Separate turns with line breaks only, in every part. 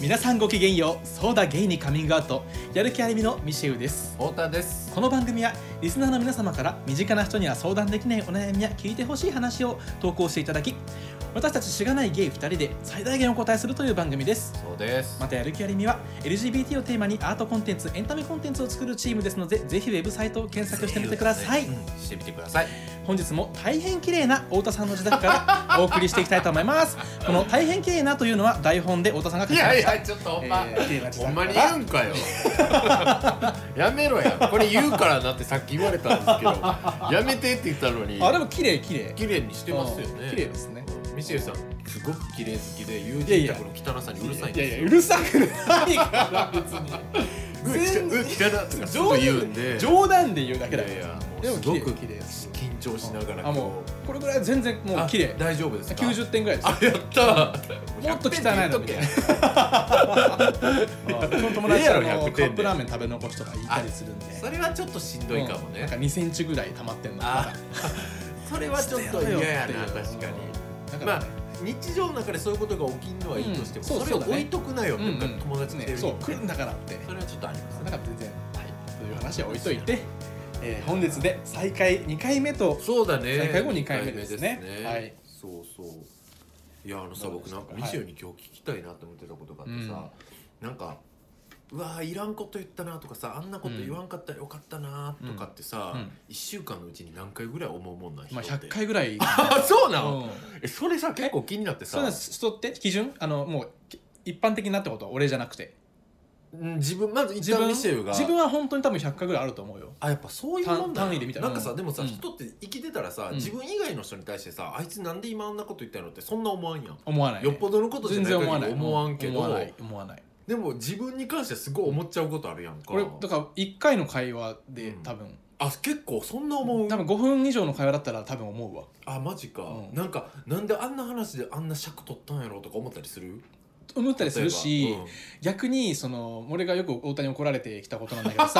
皆さんごきげんようソーダゲイにカミングアウトやる気ありみのミシェウです
太田です
この番組はリスナーの皆様から身近な人には相談できないお悩みや聞いてほしい話を投稿していただき私たちしがないゲイ2人で最大限お答えするという番組です
そうです
またやる気ありみは LGBT をテーマにアートコンテンツエンタメコンテンツを作るチームですのでぜひウェブサイトを検索してみてください
うんしてみてください
本日も大変綺麗な太田さんの自宅からお送りしていきたいと思いますこの大変綺麗なというのは台本で太田さんが書
い
きま
やい
した
やちょっとほんま、
えーテーマ自
ほ
宅
ん
か
ま
ら
に言うんか よやめろやこれ言うからなってさっき言われたんですけどやめてって言ったのに
あでも綺麗綺麗
綺麗にしてますよ
う
ね
ん綺麗ですね
うんミシェルさんすごく綺麗好きで友
い
人
やい
宅の汚さにうるさいん
いやいや
で
うるさくないから 別に
すようっ汚っとかちょっと言うんで
冗談で言うだけ
い
だ
や
か
いや
ら
もう
でも
す
綺
ご
麗
く
綺麗です
緊張しながら
あもうこれぐらい全然もう綺麗
あ大丈夫ですか
90点ぐらいです
あやった
もっと汚いのみたいな
ええやろ100点で
その友達あのカップラーメン食べ残しとか言ったりするんで
それはちょっとしんどいかも
うんな
ね
んか2センチぐらい溜まってんの
あ それはちょっと嫌やな確かに
だか
ま
ら
あ
ね
日常の中でそういうことが起きんのはいいとしても
うんそう
それを
そうだ
置
ね
いとくなよって
うんうん
友達に
ねそう来るんだからって
それはちょっとあります
だ
ね
から全然はいという話は置いといてえー本日で再開2回目と
そうだね
大会後二回目ですね
二回目ですね
はい
そうそういやあのさ
どうで
僕
した
な
か
んかミシェルに今日聞きたいなと思ってたことがあってさ、なんかうわーいらんこと言ったなとかさあんなこと言わんかったらよかったなとかってさ、
うん
一
うん
1週間のうちに何回ぐらい思うもんなん人
ま
っ
あ
て、
100回ぐら い
あそうなの、
うん
えそれさ結構気になって
そうなん
さ
です人って基準あのもうき一般的なってこと俺じゃなくて
うん自分まず一
自
旦
分
ミシェルが
自分は本当に多分100回ぐらいあると思うよ
あやっぱそういうもんだ
単単位で見たら
なんかさでもさ、
うん
人って生きてたらさ、
うん
自分以外の人に対してさあいつなんで今あんなこと言ったのってそんな思わんやん、
思わないね、
よっぽどのことじゃな
全
い
然思わ
か
ない
り思わんけど
思わない思わない
でも自分に関してはすごい思っちゃうことあるやんか、
これだから1回の会話で
うん
多分、
あ結構そんな思う
多分5分以上の会話だったら多分思うわ
あマジか、
うん
なんかなんであんな話であんな尺取ったんやろとか思ったりする
思ったりする
例
し、
えばうん
逆にその俺がよく太田に怒られてきたことなんだけ どさ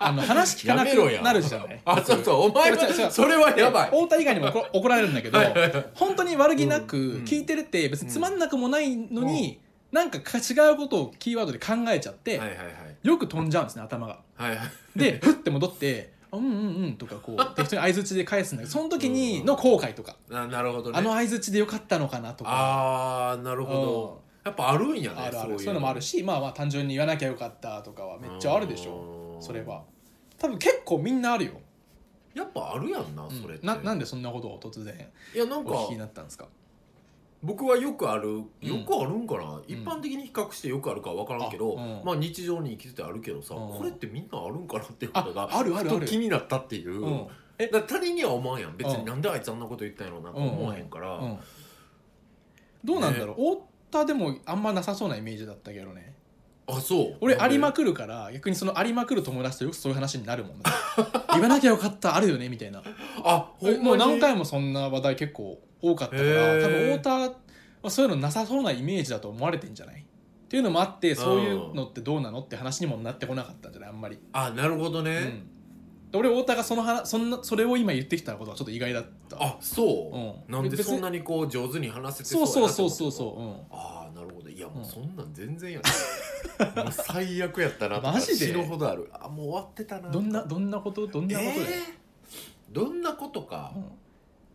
あの話聞かな
やめろ
く
や
なるじゃない
あそうそうお前
違う違う
はそれは やばい
太田以外にも怒怒られるんだけど
はいはいはい
本当に悪気なく
うんうん
聞いてるって別につまんなくもないのに、なんかか違うことをキーワードで考えちゃって、
はいはいはい
よく飛んじゃうんですね頭が。
はいはい
でふって戻って「あうんうんうん」とかこう適当に相づちで返すんだけどその時にの後悔とか、
ななるほどね
あの相づちでよかったのかなとか。
あーなるほどやっぱあるんやね
あるあるそういうのもあるしまあまあ単純に言わなきゃよかったとかはめっちゃあるでしょ
ょ
それは多分結構みんなあるよ、
やっぱあるやんな
うん
それって
ななんでそんなことを突然
いやなん
お
か
聞きになったんですか
僕はよくあるよくあるんかな一般的に比較してよくあるかは分からんけど
あうん
まあ日常に生きててあるけどさ
うん
これってみんなあるんかなっていうことが
ああるあるある
ふと気になったっていううんだから他人には思わんやん別
う
に
ん
なんであいつあんなこと言ったんやろうなんか思わへんから
うんどうなんだろう、太田でもあんまなさそうなイメージだったけどね
あそう
俺ありま
く
くるから逆にそのありまくる友達とよくそういう話になる もんね言わなきゃよかったあるよねみたいな
あほんまに
もう何回もそんな話題結構多かったから
へー
多分太田はそういうのなさそうなイメージだと思われてんじゃないっていうのもあってそういうのってどうなのって話にもなってこなかったんじゃないあんまり、
あなるほど
う
ね
ん、で俺太田がその話そんなそれを今言ってきたことはちょっと意外だった
あそううんなんでそんなにこう上手に話せて
そうそうそうそうう
やなってこと
そ
ああなるほどいや
う
も
ん
うそんなん全然やな、 もう最悪やったなとか
マジ
死
で
ぬほどあるあもう終わってた
う、う、
なん
どんなどんなことどんなことで、
えーどんなことか、
うん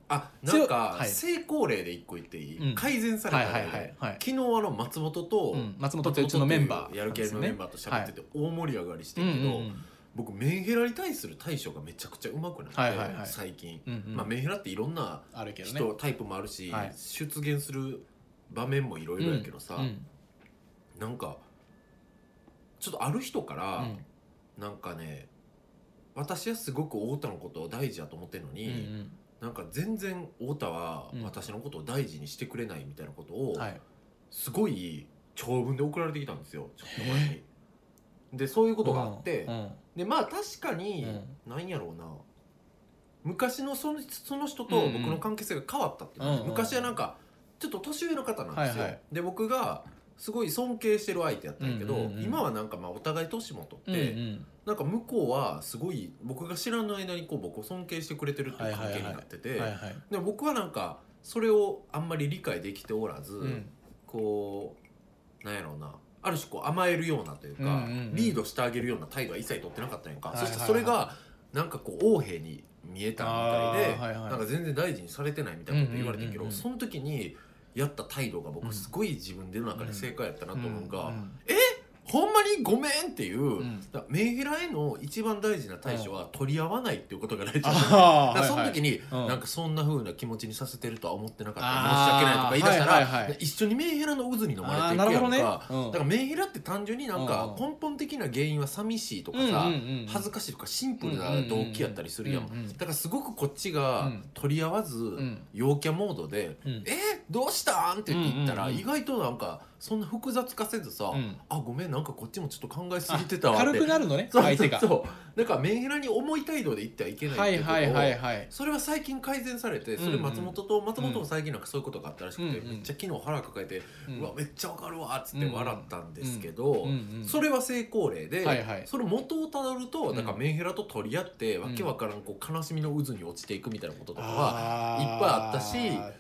あなん
強
か
はい
成功例で一個言っていい、
うん
改善され
は
た
い
ので、
はいはいはい、
昨日あの松本と、
うん、松本ってうちのメンバー
や
な
る
ん
気あ
で
り
す
の
よ
メ
ね
ンバーと喋ってて大盛り上がりして
うん
る
う
けど、
ん
僕メンヘラに対する対処がめちゃくちゃうまくなって、
はいはいはい
最近、
うんうん
まあ、メンヘラっていろんな
あるけどね
人、タイプもあるし、
はい
出現する場面もいろいろやけどさ、
うん
なんかちょっとある人から、なんかね私はすごく太田のことを大事だと思ってるの
うん
に、
うんうん
なんか全然太田は
うん
私のことを大事にしてくれないみたいなことを
はい、
すごい長文で送られてきたんですよちょっと前に。でそういうことがあって、
うんうん
でまあ確かに、なんやろうな昔のそのその人と僕の関係性が変わったっていうかね、
うんうん
昔はなんかちょっと年上の方なんですよ、
はいはい
で僕がすごい尊敬してる相手やったんやけど、
うんうんうん
今はなんかまあお互い年も取
うん
って、
うん
なんか向こうはすごい僕が知らない間にこう僕を尊敬してくれてるっていう関係になってて、
はいはい
で僕はなんかそれをあんまり理解できておらず、
うん
こうなんやろうなある種こう甘えるようなというか、
うんうんうん
リードしてあげるような態度は一切取ってなかったんやんか、
はいはいはい
そしてそれがなんかこう横兵に見えたみたいで、
あーはいはい
なんか全然大事にされてないみたいなこと言われてんけど、
うんうんうんうん
その時にやった態度が僕すごい自分での中で正解やったなと思うが、
うん
ほんまにごめんっていう、
ん
だからメンヘラへの一番大事な対処は取り合わないっていうことが大事だだ
あ
からその時
に
に、
うん
なんかそんな風な気持ちにさせてるとは思ってなかった
あー
申し訳ないとか言い出したら、
はいはいはい
一緒にメンヘラの渦に飲ま
あ
れ
ー
てい
な
く
る
やん
ほ
か、
ど
だ
ね
からメンヘラって単純になんか
うん
根本的な原因は寂しいとかさ、恥ず
か
かしいとかシンプルな動機やったりするやん,、だからすごくこっちが
うん
取り合わず、陽キャモードで「えどうしたん?」って言って言ったら、
うんうんうん
意外となんかそんな複雑化せずさ、あごめんなんかこっちもちょっと考えすぎてたわって
軽くなるのね
そう
相手が
そうそうだからメンヘラに重い態度で言ってはいけな
はいい
ってことを
はいはいはい
それは最近改善されてそれ松本と、松本も最近なんかそういうことがあったらしくて、
うんうん
めっちゃ昨日腹抱えて、うわめっちゃわかるわっつって
うん
笑ったんですけど、そ
れ
れは成功例で、
はいはい
それ元をたどると
うん
だからメンヘラと取り合って、わけわからんこう悲しみの渦に落ちていくみたいなこととかは
あ
いっ
ー
ぱいあったし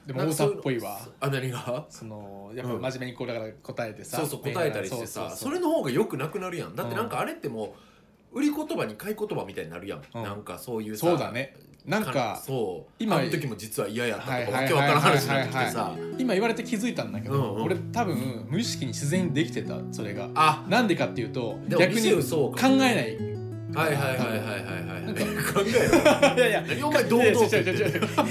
で
なん
も大
かそ
沢
う
っぽいわ
あ何が
そのやっぱ真面目にこれだから答えてさ
そうそう答えたりしてさそれの方がよくなくなるやんだってなんかあれってもう売り言葉に買い言葉みたいになるやん、
うん
なんかそういうさ
そうだねなんか
そう
今
今の時も実は嫌やったとか、
はいはいはい
わけわからん話になってきてさ、
は今言われて気づいたんだけど、
うんうん
俺多分無意識に自然にできてたそれが
あ
なんでかっていうと
でも
逆に
理性
考
そう
え
か
ないい
はいはいはいはいはい
な
は
ん
い
か
考 えろ
やいや
何お前堂々と言って
いや違う違う違う
考え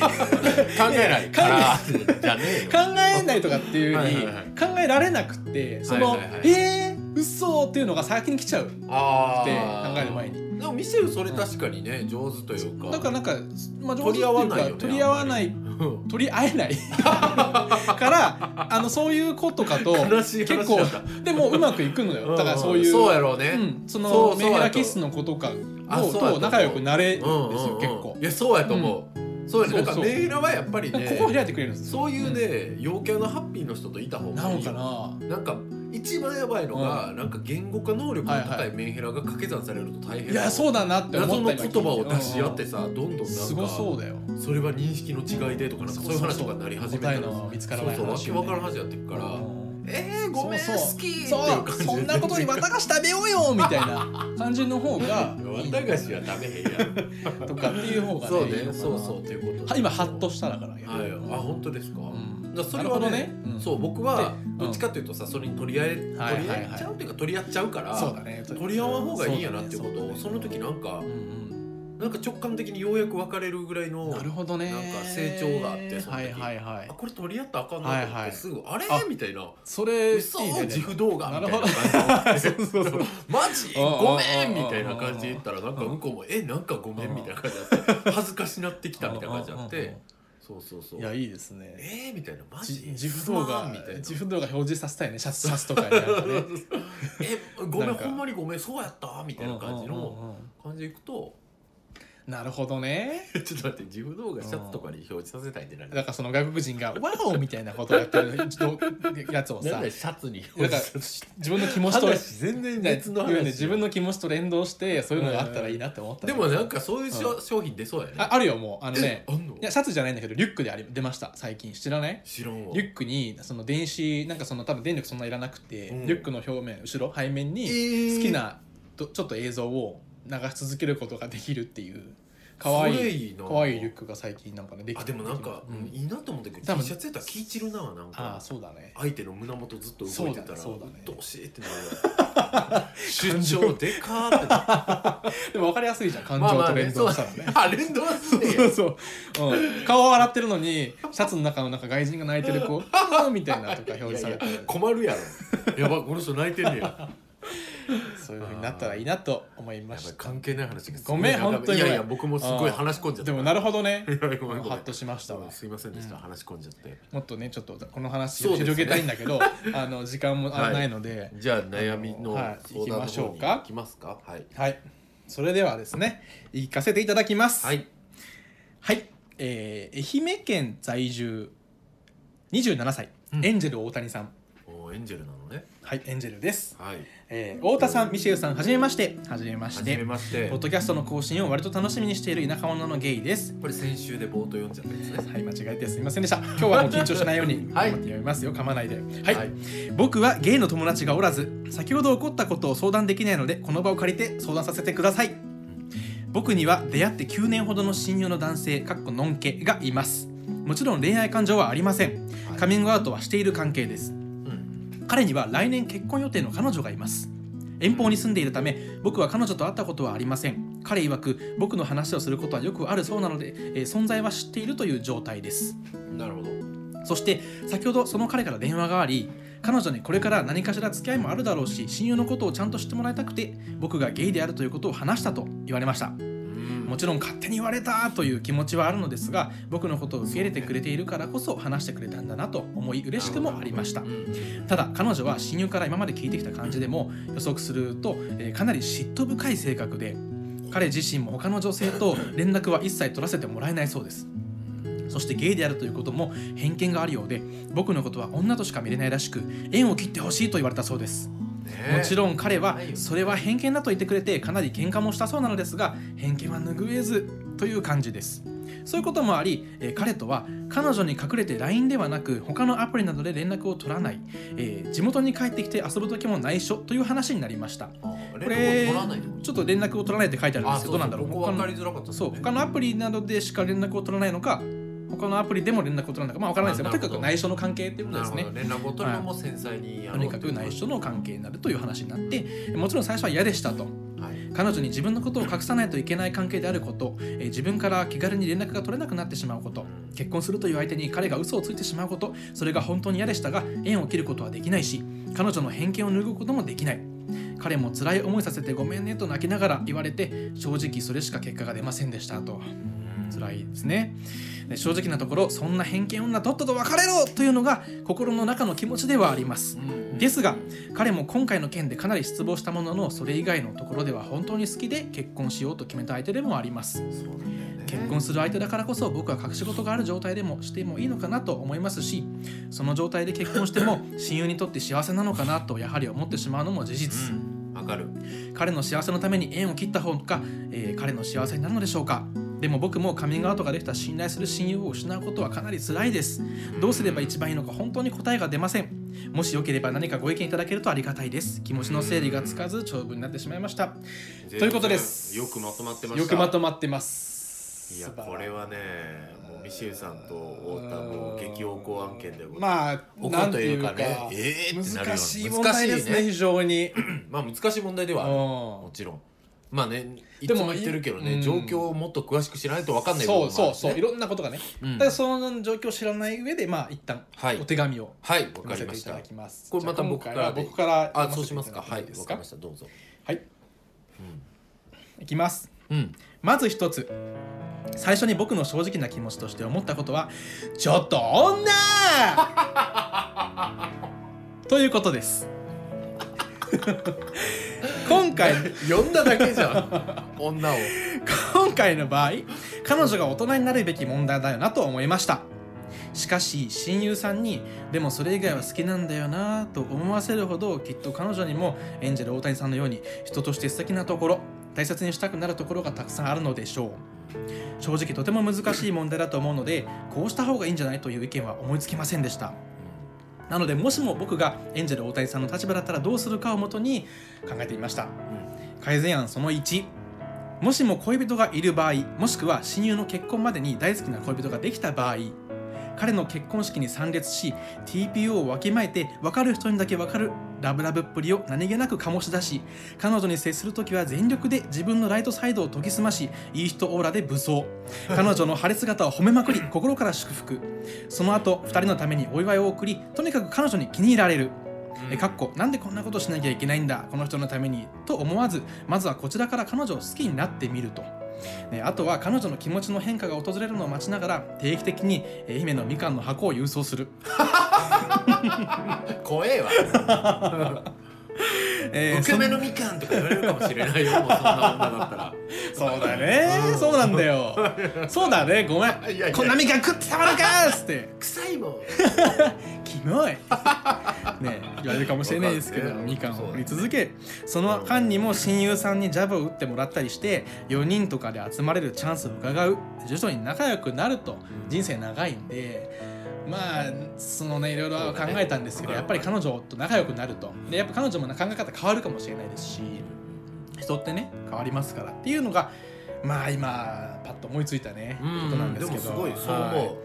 ないからじゃねえよ
考えないとかっていう
はい
に
はいはい
考えられなくってその、
はいはいはい
えー、嘘っていうのが先に来ちゃうって
あ
考
ー
える前に
でも見せるそれ確かにね、上手というか
だからなんか、まあ、上手
取
ってい
り合わないよね
うか取り合わない
うん
取り合えない からあのそういう子とかと
悲しい
結
話
構
やった
でもうまくいくのよだからそういう
そうやろうね、
うん、そ
そう
の
そう
メンヘラキスの子とか
あそう
を
やと思う
と仲良くなれるんです
うんうん
よ
うん
結構
いやそうやと思う、そうやね
そ
な
うん
か
そう
メンヘラはやっぱりね
心開いてくれるんですよ
そういうね陽キャのハッピーの人といた方
な
がい
の
い
か
よ
な
なんか一番やばいのが、なんか言語化能力の
は
高
い
いメンヘラが掛け算されると大変
いやそうだなって
謎
思
の
った
言葉を出し合ってさ、どんどんなんか
すごそうだよ
それは認識の違いでとかなんかそういう話とかになり始めた
答え
ら
の見つから
そう
ない
そうわけ
話
わからん話やってくから、えー、ごめん
そうそう
好きっていう
そ
感
う
じで
そんなことに綿菓子食べようよみたいな感じの方がいい
綿菓子は食べへんや ん
とかっていう方 が
そう
いいの
ね
かな
そうそうっていうこと
は今ハッとしただから逆に
はい、あ本当ですか、
ん
だからそれはね
なるほどねうん
そう僕は
ん
どっちかというとさ、それに取り合え取り
はいはいはい
合っちゃうっていうか取り合っちゃうから
そうだね
取り合わん方がいいんやなっていうことをそ,、
そう
の
だね
時なんか
うんうん
なんか直感的にようやく分かれるぐらいの
なるほどね
なんか成長があってその
は
時
いはいはい
あこれ取り合ったらあかんなと思って、
はいはい
すぐあれ
あ
みたいな
それ
嘘
いいね
自負動画みたいな
な
感
る
じ
ほど そうそうそう
マジ
うんうんうん
ごめんみたいな感じで言ったらなんか
うん
向こうもえなんかごめんみたいな感じになって恥ずかしなってきたみたいな感じになっ
うんうん
てそうそうそ
うんうん
う
いやいいですね
えー、みたいなマ
じ
ジ
自負動
すま
画
んみたいな
自負動画表示させたいねシャツシャツとかになんかね
えごめん
なんか
ほんまにごめん そうやったみたいな感じ
うんうん
の
うんうん
感じでいくと
なるほどね
ちょっと待って自分動画シャツとかに表示させたいってな
だからその外国人が「ワオ!」みたいなことをやってるやつ
な
をさ
んだよシャツに
なん
表
か
示させ
自分の気持ちと
話全然別の話
い
や
やね自分の気持ちと連動してそういうのがあったらいいなって思った
でもなんかそういうしょ商品出そうやね
ああるよもうあのね
えあんの
いやシャツじゃないんだけどリュックであり出ました最近知らない
知らんわ
リュックにその電子なんかその多分電力そんないらなくて、
うん
リュックの表面後ろ背面に好きなとちょっと映像を流し続けることができるっていう可
それ
愛い
いいな
可愛いリュックが最近なんかねでき
あでもなんか、
う
うん
ん
いいなと思ったけど
多
T
分
シャツやったら気散るななん
ああ
か
そうだね
相手の胸元ずっと動いてたら
そうだねそうだね
どうしいってなる わ出張でかーってなる
でも分かりやすいじゃん 感
まあ
情
まあ
と
ね
連
そう
動
だ
したらね,、
ね あ連動はすんね
そう
や
そううん、顔は笑ってるのにシャツの中のなんか外人が泣いてる子 「あーみたいなとか表
い
示
や
さ
い
れ
や
て
困るやろやばいこの人泣いてんね や
そういうふうになったらいいなと思いま
やば
し
い
た
関係ない話がす
ごめん
長
本当に
いや
ごめん
いや僕もすごい話し込んじゃった
でもな
る
るほどね
いやいやご
ハ
めんごめん
ッとしましたわ
すいませんでした、
うん
話し込んじゃって
もっとねちょっとこの話
そう
を
ですね
広げたいんだけど、あの時間もあ
はい
ないので、
じゃあ悩みの
はい
相談の
行きましょ
方
う
に
か
行きますかはい
はい、それではですね行かせていただきます。
は、い
はいえー愛媛県在住27歳、
うん
エンジェル大谷さん
おーエンジェルなのねね
はいエンジェルです、
はい
えー太田さんミシェルさんはじめましてはじめまし
はじ
て
めまして
ポッドキャストの更新を割と楽しみにしている田舎者のゲイです
これ先週で冒頭読んじゃったやつね
はい、間違えてすみませ んでした。今日はもう緊張しないように頑張
はい
って読みますよ、噛まないで。はい、
はい
僕はゲイの友達がおらず、先ほど起こったことを相談できないので、この場を借りて相談させてください。僕には出会って9年ほどの親友の男性、かっこのんけがいます。もちろん恋愛感情はありません。カミングアウトはしている関係です。
うん
彼には来年結婚予定の彼女がいます遠方に住んでいるため僕は彼女と会ったことはありません彼曰く僕の話をすることはよくあるそうなので、えー存在は知っているという状態です
なるほど
そして先ほどその彼から電話があり彼女にこれから何かしら付き合いもあるだろうし親友のことをちゃんと知ってもらいたくて僕がゲイであるということを話したと言われました
うん
もちろん勝手に言われたという気持ちはあるのですが僕のことを受け入れてくれているからこそ話してくれたんだなと思い嬉しくもありました
うん
ただ彼女は親友から今まで聞いてきた感じでも予測すると、えーかなり嫉妬深い性格で彼自身も他の女性と連絡は一切取らせてもらえないそうですそしてゲイであるということも偏見があるようで僕のことは女としか見れないらしく縁を切ってほしいと言われたそうですもち
ん
ろん彼は
ないよね
それは偏見だと言ってくれてかなり喧嘩もしたそうなのですが偏見は拭えずという感じですそういうこともあり、えー彼とは彼女に隠れて LINE ではなく他のアプリなどで連絡を取らない、えー地元に帰ってきて遊ぶ時も内緒という話になりました
こ
これ
取らないで
ちょっと連絡を取らないって書いてあるんですけどどうなんだろう
ここ分
他
か
の
りづらかった
そう他のアプリなどでしか連絡を取らないのか他のアプリでも連絡を取らないのかまあ分からないですけ
あ
ど
なる
とに
ほ
か
ど
く内緒の関係っていうこと
な
で
る
す
ほ
ね
ど連絡を取るのも繊細にや
と
ろう
に
って
か
こと
く内緒の関係になるという話になってもちろん最初は嫌でしたと
はい
彼女に自分のことを隠さないといけない関係であること、えー自分から気軽に連絡が取れなくなってしまうこと結婚するという相手に彼が嘘をついてしまうことそれが本当に嫌でしたが縁を切ることはできないし彼女の偏見を拭うこともできない彼も辛い思いさせてごめんねと泣きながら言われて正直それしか結果が出ませんでしたと辛いですねで正直なところそんな偏見女とっとと別れろというのが心の中の気持ちではあります
うん
ですが彼も今回の件でかなり失望したもののそれ以外のところでは本当に好きで結婚しようと決めた相手でもあります
そうなんだよね
結婚する相手だからこそ僕は隠し事がある状態でもしてもいいのかなと思いますしその状態で結婚しても親友にとって幸せなのかなとやはり思ってしまうのも事
う
実
んわかる
彼の幸せのために縁を切った方が、えー彼の幸せになるのでしょうかでも僕もカミングアウトができた信頼する親友を失うことはかなり辛いですどうすれば一番いいのか本当に答えが出ませんもしよければ何かご意見いただけるとありがたいです気持ちの整理がつかず長文になってしまいましたということです
よくまとまってました
よくまとまってます
いやこれはねもうミシェルさんと太田の激おこ案件でございます
まあ
お
な
こ
ん
と
てい
いう
う
か
か
ねえーってなるような
難しい問題ですね非常に
まあ難しい問題ではあるもちろんまあねい
で
つ
も
も言ってるけどね、
うん
状況をもっと詳しく知らないと分かんない部分
そう
もあ
そ
るし
うそうい
ね
ろんなことがね
うん
ただその状況を知らない上でまあ一旦
はい
お手紙を
はいわ
読ま
か
せ
り
て
ま
い
したた
だきます。
これまた僕から
じゃあ
で
今回は僕から
あそうしますかはい
読せ
わ
て
かりま
いただいていいで
すしたどうぞ
はい、いきます。
うん
まず一つ、最初に僕の正直な気持ちとして思ったことは、ちょっと 女ということです。今回
呼んだだけじゃん 女を
今回の場合彼女が大人になるべき問題だよなと思いましたしかし親友さんに「でもそれ以外は好きなんだよな」と思わせるほどきっと彼女にもエンジェル大谷さんのように人として素敵なところ大切にしたくなるところがたくさんあるのでしょう正直とても難しい問題だと思うのでこうした方がいいんじゃないという意見は思いつきませんでしたなのでもしも僕がエンジェル大谷さんの立場だったらどうするかをもとに考えてみました改善案その1もしも恋人がいる場合もしくは親友の結婚までに大好きな恋人ができた場合彼の結婚式に参列し TPO をわきまえて分かる人にだけ分かるラブラブっぷりを何気なく醸し出し彼女に接する時は全力で自分のライトサイドを研ぎ澄ましいい人オーラで武装彼女の晴れ姿を褒めまくり心から祝福その後2人のためにお祝いを送りとにかく彼女に気に入られる
うん
えかっこなんでこんなことしなきゃいけないんだこの人のためにと思わずまずはこちらから彼女を好きになってみると。ねあとは彼女の気持ちの変化が訪れるのを待ちながら定期的にえー愛媛のみかんの箱を郵送する、
怖えわ
えー
お
そ
かめのみかんとか言われるかもしれないよもうそんな女だったら
そうだねそうなんだよ そうだねごめん
いやいや
こんなみかん食ってたまるかっつって
臭いもん
キモいね言われるかもしれないですけど、
わかるね
みかんを送り続けその間にも親友さんにジャブを打ってもらったりして4人とかで集まれるチャンスを伺う徐々に仲良くなると人生長いんで。まあそのねいろいろ考えたんですけど、やっぱり彼女と仲良くなるとでやっぱ彼女も考え方変わるかもしれないですし人ってね変わりますからっていうのがまあ今パッと思いついたね
うん
ことなんですけど
でもすごいそう
はい
思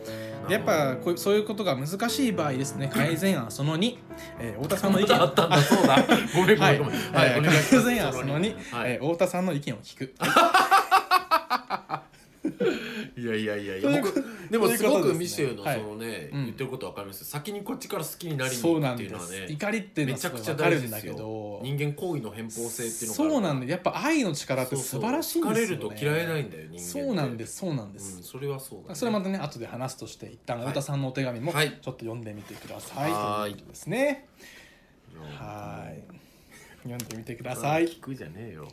う
やっぱこうそういうことが難しい場合ですね改善案その2、えー太田さんの意見
あったんだそうだごめんご
は
めん
い
ごめん
えー改善案その2、
はい
えー太田さんの意見を聞く
いやいやいやい
とい
や
うこ
僕でも
ということです
す
ね
ごくミシェルの
はい
そのね
うん
言ってることわかります先にこっちから好きになりに
そう
行
な
くっ
ん
てい
で
うのは
す
ね
怒りっていうの
め
は
ち
す
ゃ
ご
く
い
ちゃ
わか
大
る
事
ん
で
だ
す
け
よ
ど
人間行為の偏方性っていうのがある
そうなんでやっぱ愛の力って
そうそ
素
う
晴らしいんです
疲
よ、ね、
れると嫌えないんだよ人間って
そうなんですそうなんです、
うんそれはそうだね
それはまたね後で話すとして一旦
はい
太田さんのお手紙もちょ
は
っ
い
と読んでみてください、
はーい
ということですね
うん
はい読んでみてください、
聞くじゃねえ よ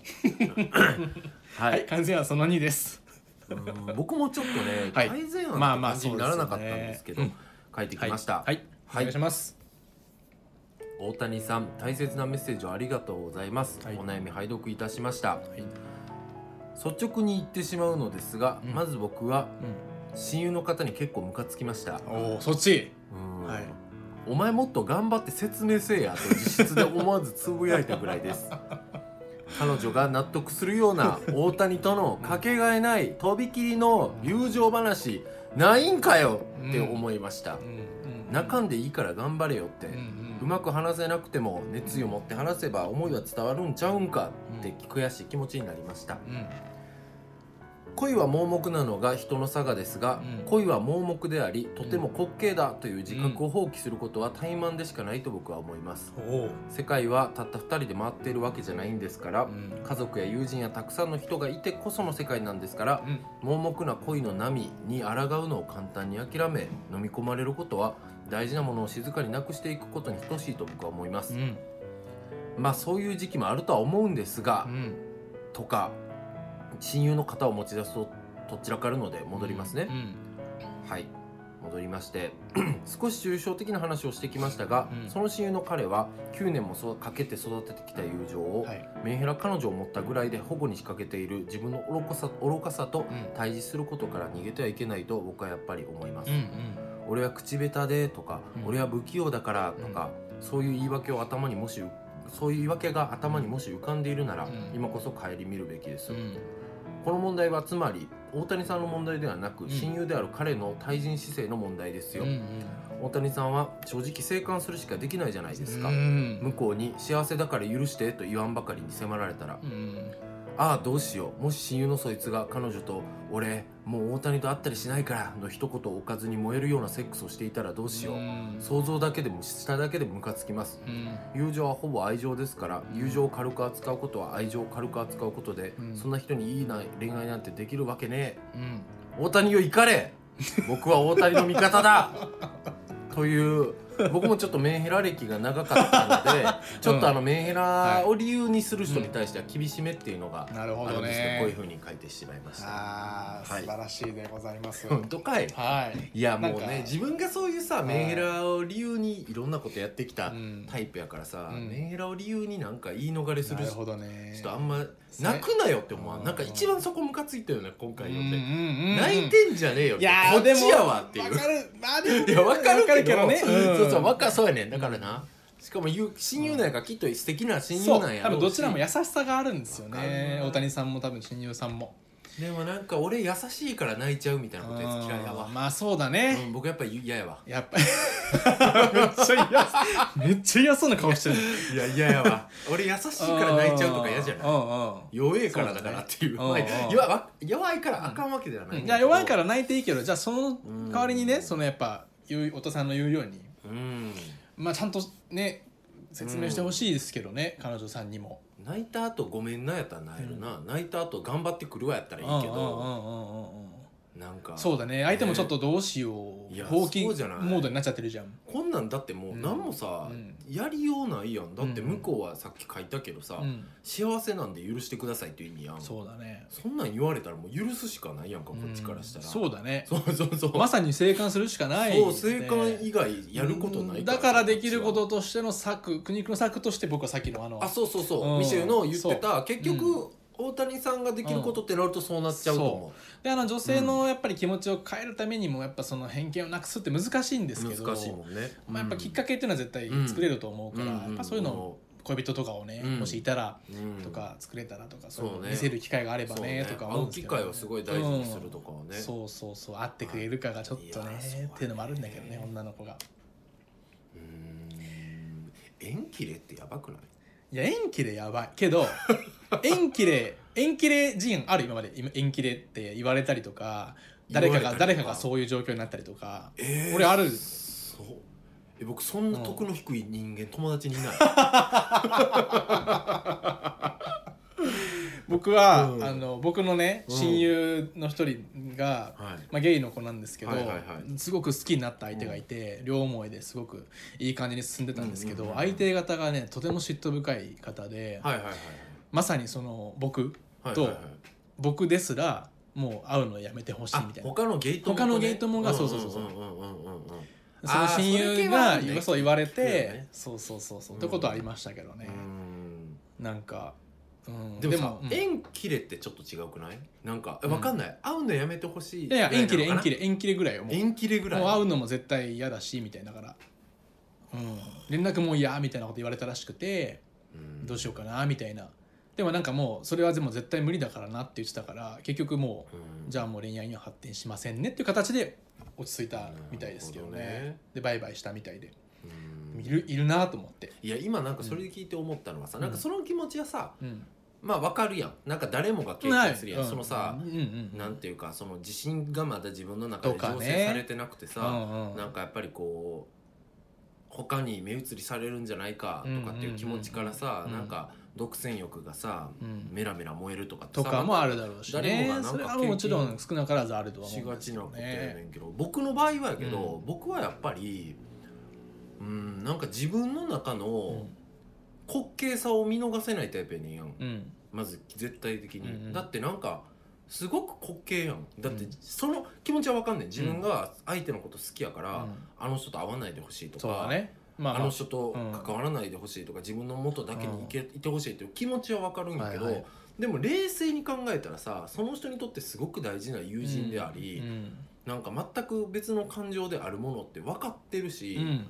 は、
はい
完全はその2です
うん僕もちょっとね
はい
改善案って
まあまあ
感じにならなかったんですけど
そうです
書いてきました
はい、
はい
お願いします
大谷さん大切なメッセージをありがとうございます、
はい
お悩み拝読いたしました
はい、うん、
率直に言ってしまうのですが、
うん
まず僕は親友の方に結構ムカつきました
おおそっち
うん
はい
お前もっと頑張って説明せえやと実質で思わずつぶやいたぐらいです 彼女が納得するような大谷とのかけがえないとびきりの友情話ないんかよって思いました
う、んうん
泣かんでいいから頑張れよって、
うんうん
うまく話せなくても熱意を持って話せば思いは伝わるんちゃうんかって悔しい気持ちになりました
うん
恋は盲目なのが人の差がですが、
うん
恋は盲目でありとても滑稽だという自覚を放棄することは怠慢でしかないと僕は思います
おお
世界はたった2人で回っているわけじゃないんですから、
うん
家族や友人やたくさんの人がいてこその世界なんですから
うん
盲目な恋の波に抗うのを簡単に諦め飲み込まれることは大事なものを静かになくしていくことに等しいと僕は思います、
うん
まあそういう時期もあるとは思うんですが、
うん
とか親友の方を持ち出すととっちらかるので戻りますね
う、ん
はい戻りまして 少し抽象的な話をしてきましたが、
うん
その親友の彼は9年もそうかけて育ててきた友情を、
はい
メンヘラ彼女を持ったぐらいで保護に仕掛けている自分の愚かさ愚かさと
うん
対峙することから逃げてはいけないと僕はやっぱり思います、
うん
俺は口下手でとか、
うん
俺は不器用だからとか、そういう言い訳を頭にもしそういう言い訳が頭にもし浮かんでいるなら、
うん
今こそ顧みるべきです、
うんうん
この問題はつまり大谷さんの問題ではなく、
ん
親友である彼の対人姿勢の問題ですよ、
うん
大谷さんは正直生還するしかできないじゃないですか、
うん
向こうに幸せだから許してと言わんばかりに迫られたら、
うん
ああどうしようもし親友のそいつが彼女と「俺もう大谷と会ったりしないから」の一言をおかずに燃えるようなセックスをしていたらどうしよう、
ん
想像だけでもしただけでムカつきます
うん
友情はほぼ愛情ですから友情を軽く扱うことは愛情を軽く扱うことで、
うん
そんな人にいいな恋愛なんてできるわけねえ
うん
大谷よ怒れ僕は大谷の味方だという僕もちょっとメンヘラ歴が長かったので、ちょっとあのメンヘラを理由にする人に対しては厳しめっていうのが
なるほ
ある
ど
んですけど、こういう
ね
ふうに書いてしまいました
ああ素
はい
晴らしいでございます
本当かい
はい
いやもう
なんか
ね自分がそういうさ
い
メンヘラを理由にいろんなことやってきた
うん
タイプやからさ、
うん
メンヘラを理由になんか言い逃れす
な
る
る
しちょ
ほどね
っとあんま泣くなよって思わ
うんん
なんか一番そこムカついたよね今回読んで、泣
泣
いてんじゃねえよって
いやー
こっちやわってい
わ
う
かるまあ でも
いやわかる
わ
け
かる
ど
けどねうん
そうそうわかそうやねんだからな、しかも言う親友なんやからきっと素敵な親
そ
友
う
なんや
多
ろ
分
うし
どちらも優しさがあるんですよ
わかる
ね大谷さんも多分親友さんも
でもなんか俺優しいから泣いちゃうみたいなことやつ嫌いやわ
うん、まあそうだ
う
ね
ん、僕やっぱ嫌やわ
やっぱり めっちゃ嫌そうめっちゃ嫌そうな顔してる
いや嫌やわ 俺優しいから泣いちゃうとか嫌じゃない
い
弱いからだからっていう
そうだね
まあ
うんうん
弱わ弱いからあかんわけではない、
いや弱いからら泣いていいけどじゃあその代わりにねそのやっぱ言うお父さんの言うように
うん
まあちゃんとね説明してほしいですけどね、彼女さんにも。
泣いた後ごめんなやったら泣えるな、泣いた後頑張ってくるわやったらいいけど、
うんうんうんうんうん
なんか
そうだね相手もちょっとどうしよう
いや
放棄
そうじゃない
モードになっちゃってるじゃん
こんなんだってもう
うん
何もさ、
うん
やりようないやんだって向こうはさっき書いたけどさ、
うん
幸せなんで許してくださいっていう意味やん
そうだね
そんなん言われたらもう許すしかないやんかこっちからしたら、
うんそうだね
そうそうそう
まさに生還するしかない
そう生還以外やることない
だからできることとしての策苦肉の策として僕はさっきのあの
あそうそうそう、
うん
ミシェルの言ってた結局、
う
大谷さんができることってなるとそうなっちゃうと思
であの女性のやっぱり気持ちを変えるためにもやっぱその偏見をなくすって難しいんで
う、
すけど
難しいもんね、
まあ、やっぱきっかけっていうのは絶対作れると思うから、
うん
やっぱそういうのを恋人とかをね、
うん
もしいたら
うん
とか作れたらとか、
そうね
そういうの見せる機会があれば
そう
ね
ね
と
会
か思うん
う
です
機
けどね
会をすごい大事にするとかはね、
そうそうそう会ってくれるかがちょっと
い
ね
やそうだね
っていうのもあるんだけどね女の子が
うーん縁切れってやばくない
いや縁切れやばいけ ど縁切れ縁切れ人ある今まで今縁切れって言われたりとか誰か
言われ
が
たり
誰
と
かがそういう状況になったりとか
えー
俺ある
そうえ僕そんな得の低い人間、友達に いない
僕は、
うん
あの僕のね
うん
親友の一人が、
はい
まあ、ゲイの子なんですけど、
はいはいは
すごく好きになった相手がいて、両思いですごくいい感じに進んでたんですけど、
うんうんうん
相手方がねとても嫉妬深い方で、
はいはいはい
まさにその僕
はい
と
はいはい
僕ですらもう会うのやめてほしい
あ
みたいな
他のゲイ友とね
他のゲイ友がそうそうそうそうん
んうんうんうん
その親
あーそれ
友
系はあ
が
るね
そう言われ
聞くよ
て
ね
そうそうそうそう
うん
ってことはありましたけどね
うん
なんかうん
でもさ、
うん
縁切れってちょっと違くないなんかえわかんない、会うのやめてほしい
いやいや
ぐら
縁切れ
なの
縁
か
切れ縁切れぐらいよも
な
う
縁切れぐらい
もう会うのも絶対嫌だしみたいなだから、うん、連絡も嫌みたいなこと言われたらしくて
うん
どうしようかなみたいなでもなんかもうそれはでも絶対無理だからなって言ってたから結局も
うん
うじゃあもう恋愛には発展しませんねっていう形で落ち着いたみたいですけどね
なるほどね
でバイバイしたみたいで
うん
いるいるなと思って、
いや今なんかそれで聞いて思ったのはさ、なんかその気持ちはさ
うん、
まあわかるやんなんか誰もが経験するやん、
ない
そのさ
う、んうんうん、
なんていうかその自信がまだ自分の中で
とか
醸
ね
成されてなくてさ、
うんうん
なんかやっぱりこう他に目移りされるんじゃないかとかっていう気持ちからさ、
うんうんうんうん
なんか独占欲がさ、
うん
メラメラ燃えるとかって
と
さ
かもあるだろうし
誰も
ね
がなんか
それはもちろん少なからずあるとは思
し
うん
が
です
ち
け
な
ど
ことやね
ね
んけど、僕の場合はやけど、
うん
僕はやっぱりうんなんか自分の中の滑稽さを見逃せないタイプやねんやん、
うん
まず絶対的に、
うんうん
だってなんかすごく滑稽やんだって
うん
その気持ちは分かんねん自分が相手のこと好きやから、
うん
あの人と会わないでほしいと
そうだ
か、
ねまあ、
あ
まあ
の人と関わらないでほしいとか、自分の元だけにいけ、いてほしいっていう気持ちはわかるんやけど、
はいはい
でも冷静に考えたらさその人にとってすごく大事な友人であり、
うん
なんか全く別の感情であるものって分かってる
う
し、
ん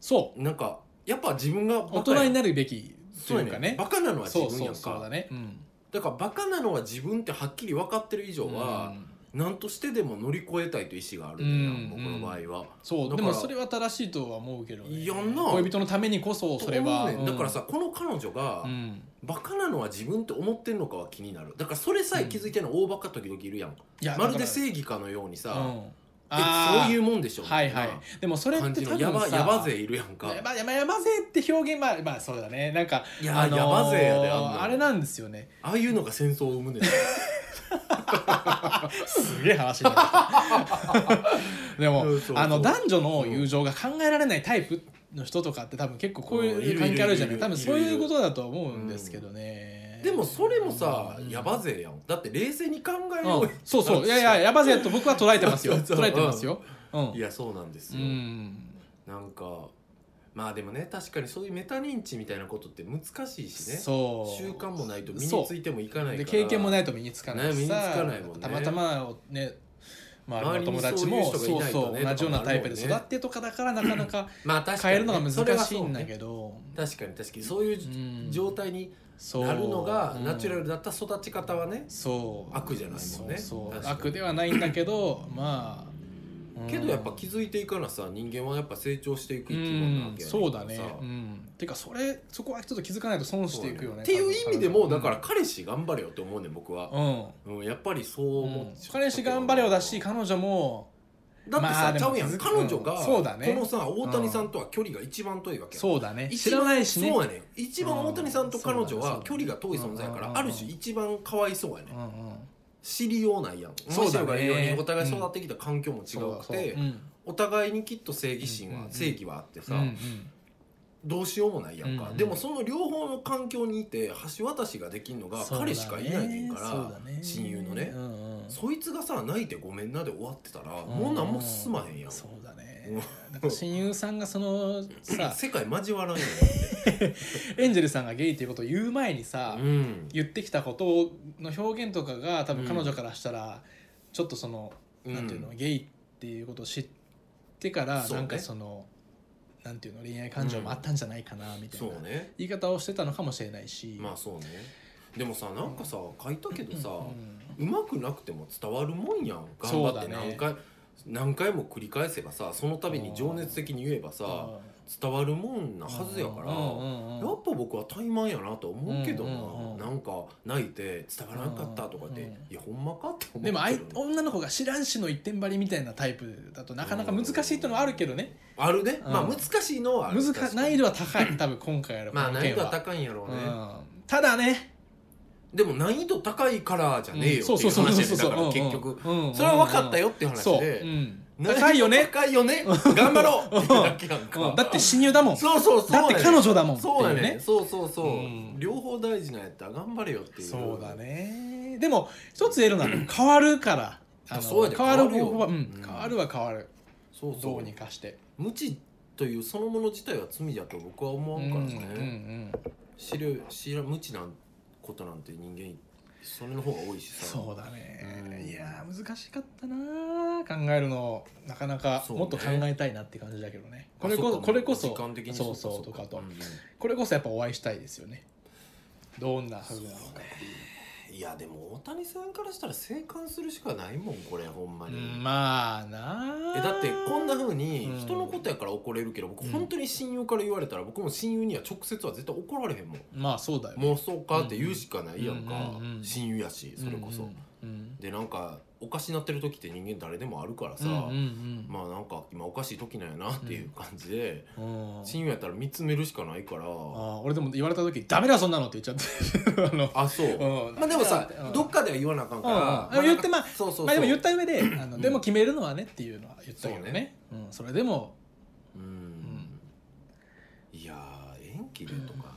そう
なんかやっぱ自分が
大人に
る
なるべきと
そう
い
やね
うか
ん
ね
バカなのは自
そう
分
そ
やん
う
か
そうだねうん
だからバカなのは自分ってはっきり分かってる以上は、
うん
なん、としてでも乗り越えたいという意思があるんだよ、
うん
僕の場合は。
そう
だ
で
から
もそれは正しいとは思うけど、ね、
やんな
恋人のためにこそそれは、
と思うねんだから
うん
さこの彼女が、
うん、
バカなのは自分って思ってるのかは気になるだからそれさえ気づいてない大バカ時々いるやん、
いや
まるで
だから
正義かのようにさ、
う
え
ん、あ
そういううもんでしょ
はいはい
み
でもそ
た
れ
い
っ
な感
て
じ
多
の
分さ
やばやば勢いるやんか
やばやばやばぜって表現まあまあそうだねなんか
いややばぜやであんの
あれなんですよ ね
ああいうのが戦争を生むねん
すげえ話になった。 でも
そうそうそう
あの男女の友情が考えられないタイプの人とかって多分結構こう
うん
い
いうる
関係あるじゃ
い
な
るい
い
る
多分そういうことだとは思うんですけどね。
でもそれもさ、
うん
やばぜやんだって冷静に考えよう
う
よ
ん、そうそういやいややばぜと僕は捉えてますよ
そうそう
捉えてますよ。うん
いやそうなんです
う
よ、
ん
なんかまあでもね確かにそういうメタ認知みたいなことって難しいしね
そう
習慣もないと身についてもいかないから
で経験もないいと身につかないし
ね身につ
さ、
かないもんね
たまたまね周りの友達も
周りにそういう人がいないとね
そうそう同じようなタイプで
とかもあるもんね
育ってとかだからなかなか
まあ 確かに、
変えるのが
それ
難
は
し
そ
い
うんね
だけど、
確かに確かにそういううん状態に
そう
なるのがナチュラ
う
ル
ん
だった育ち方はね、
そう
悪じゃないもんね
そうそ
確
う
かに
悪ではないんだけど まあ、うん
けどやっぱ気づいていかなさ人間はやっぱ成長していく
う
生き物なわ
ん
けや
そうだね
さ
うんてかそれそこはちょっと気づかないと損していくよね
っていう意味でも
多分
だから彼氏頑張れよって思うねん僕は、
うん、
うん、やっぱりそう
うん
思っちゃう
彼氏頑張れよだし彼女も
だってさ、
まあで
ち
も
ゃうやん
続く
彼女が、
うんそうだね
このさ大谷さんとは距離が一番遠いわけやん
そうだね
一
知
番
らないしね
そうやねん一番大谷さんと彼女
そうだねそうだ
は
ね
距離が遠い存在やか
うんうんうん
ら
うん
ある種一番かわいそうやねん
うんうん
知りようないやん
そうだね
面白いようにお互い育ってきた環境も違
うん
うく
そうだ
て、
そ
うん
お互いにきっと正義心
うんうん
は
うん
正義はあってさ、
うん
どうしようもないやんか、
うんうん
でもその両方の環境にいて橋渡しができんの
うん
が彼しかいないねんから
そうだね
親友のね
うんうん
そいつがさ泣いてごめんなで終わってたら、
ん
もう何も進まへんやん、
そうだねだから親友さんがその さ
世界交わらんやん
エンジェルさんがゲイっていうことを言う前にさ、
うん
言ってきたことの表現とかが多分彼女からしたら、ちょっとその、なんていうのゲイっていうことを知ってから、
そうね
なんかそのなんていうの恋愛感情もあったんじゃないかなみたいな、
そうね
言い方をしてたのかもしれないし
まあそうねでもさなんかさ書いたけどさ、
う
う
ん
まくなくても伝わるもんやん頑
そう
張っ
だ
て
ね
何回、何回も繰り返せばさその度に情熱的に言えばさ伝わるもんなはずやから、
うんうんうん
やっぱ僕は怠慢やなと思うけどな、
うんうんうん
なんか泣いて伝わらんかったとかって、
うんうん
いやほんまかって思うけど
でもあい女の子が知らんしの一点張りみたいなタイプだとなかなか難しいってのはあるけどね
あるね、
うん
まあ難しいのはある
難
確かに
難易度は高い多分今回やる
まあ難易度は
は
高いんやろうね、
うんただね
でも難易度高いからじゃねえよって
そ
いう
そう
う
そう
話
そうそう
やねだから結
う
局
んうんうん
それは分かったよっていう話
そう、う
で
ん、高いよね、
高いよね頑張ろうってだけやんか
うん、だって親友だもん
そうそうそう
だって彼女だもん
そうだ
っていう
ねそうそうそう、
うん
両方大事なんやったら頑張れよっていう
そうだねでも一つ言え るのは変わるからあの
そうやで
変わる
変わるよ
方法は、うん
うん
変わるは変わる
そうそ
ど
う
うにかして
無知というそのもの自体は罪だと僕は思わんからね、
うんうんうん
知る知ら無知なんことなんて人間それの方が多いしさ
そうだね、
うん
いやー難しかったなー考えるのなかなか
そうね
もっと考えたいなって感じだけどね
あ
これこ
そ
そう
か
これこそ
時間的に
そう
か
そうと
か
かと、
うんうん
これこそやっぱお会いしたいですよねどんなふうなのか
いやでも大谷さんからしたら生還するしかないもんこれほんま
う
に、
んまあなー
えだってこんな風に
うん
人のことやから怒れるけど僕
うん
本当に親友から言われたら僕も親友には直接は絶対怒られへんもん
まあそうだよ
もうそうかって言うしかないやんか
うんうん
親友やしそれこそ
うんうん
でなんかおかしなってる時って人間誰でもあるからさ
うんうん
まあなんか今おかしい時なんやなっていう感じで
うんうん
親友やったら見つめるしかないから
あー俺でも言われた時「ダメだそんなの」って言っちゃって あの、
あそう
うん
まあでもさ
うん
どっかでは言わなあかんか
うん
ら
でも言ってまあ
そうそうそう
まあでも言った上であの、
うん
でも決めるのはねっていうのは言ったけど
そ
ね
うね
うん、それでも
うんいやー縁切るとか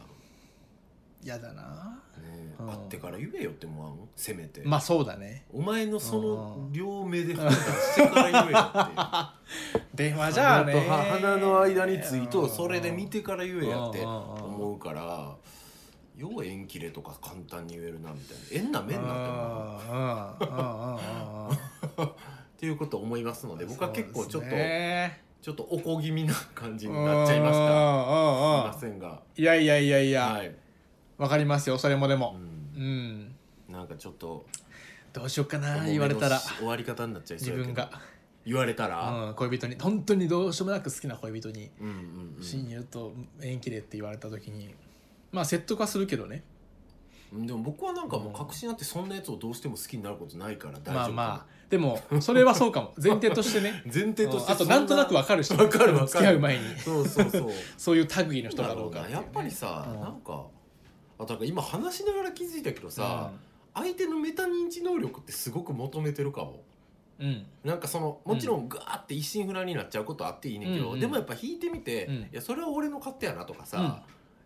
嫌だな
ね
うん
会ってから言えよって思わんせめて
まあそうだね
お前のその
うん
両目で判断してから 言えよっていう
電話じゃあね
鼻とは鼻の間についてそれで見てから言えやって
うんうんうん
思うから要は縁切れとか簡単に言えるなみたいな縁なめんなって思うっ
なって思
ていうことを思いますので僕は結構ちょっと、
ね、
ちょっとおこぎみな感じになっちゃいましたすいま
した
せんが
いやいやいやいやわ、
はい、
かりますよそれもで
う、
もうんん、
なんかちょっと
どうしようか
重
な
めの
言われたら
終わり方になっちゃいそう
自
やけど
分が、
言われたら、
うん、恋人に本当にどうしようもなく好きな恋人に
うん、うんうん
親友と縁切れって言われた時にまあ説得はするけどね
うんでも僕はなんかもう確信あってそんなやつをどうしても好きになることないから大丈夫
まあまあでもそれはそうかも前提としてね
前提として
あとなんとなく分かる人
わかるわかる
付き合う前に
そうそうそう
そういう 類の人だろうか
な
ていう
や
ね
っぱりさ、
うん
なんかあだから今話しながら気づいたけどさ、
う
相手のメタ認知能力ってすごく求めてるかも
んうん
なんかそのもちろんガーって一心不乱になっちゃうことあっていいねんけど、
うんうん
でもやっぱ引いてみて、
うん
いやそれは俺の勝手やなとかさ、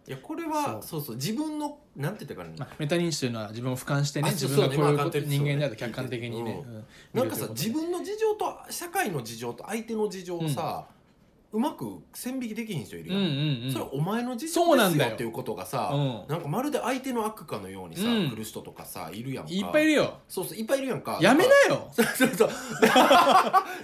いやこれは
そ
そうそう自分のなんて言ったらいいかな
まあ、メタ認知というのは自分を俯瞰してね
あ
自分がこういうこ
そう
と
ねまあ
人間であると客観的にね、
う
うん
なんかさ自分の事情と社会の事情と相手の事情をさ、うまく線引きできひん人いる
う
や
ん
ん、
うんうん
それはお前の事
そう
情
な
で
ん
す
だ
よ
よ
っていうことがさ、
うん
なんかまるで相手の悪かのようにさ、
うん
来る人とかさいるやんか
いっぱいいるよ
そうそういっぱいいるやんか
やめ
よ
な よ
そうそうそう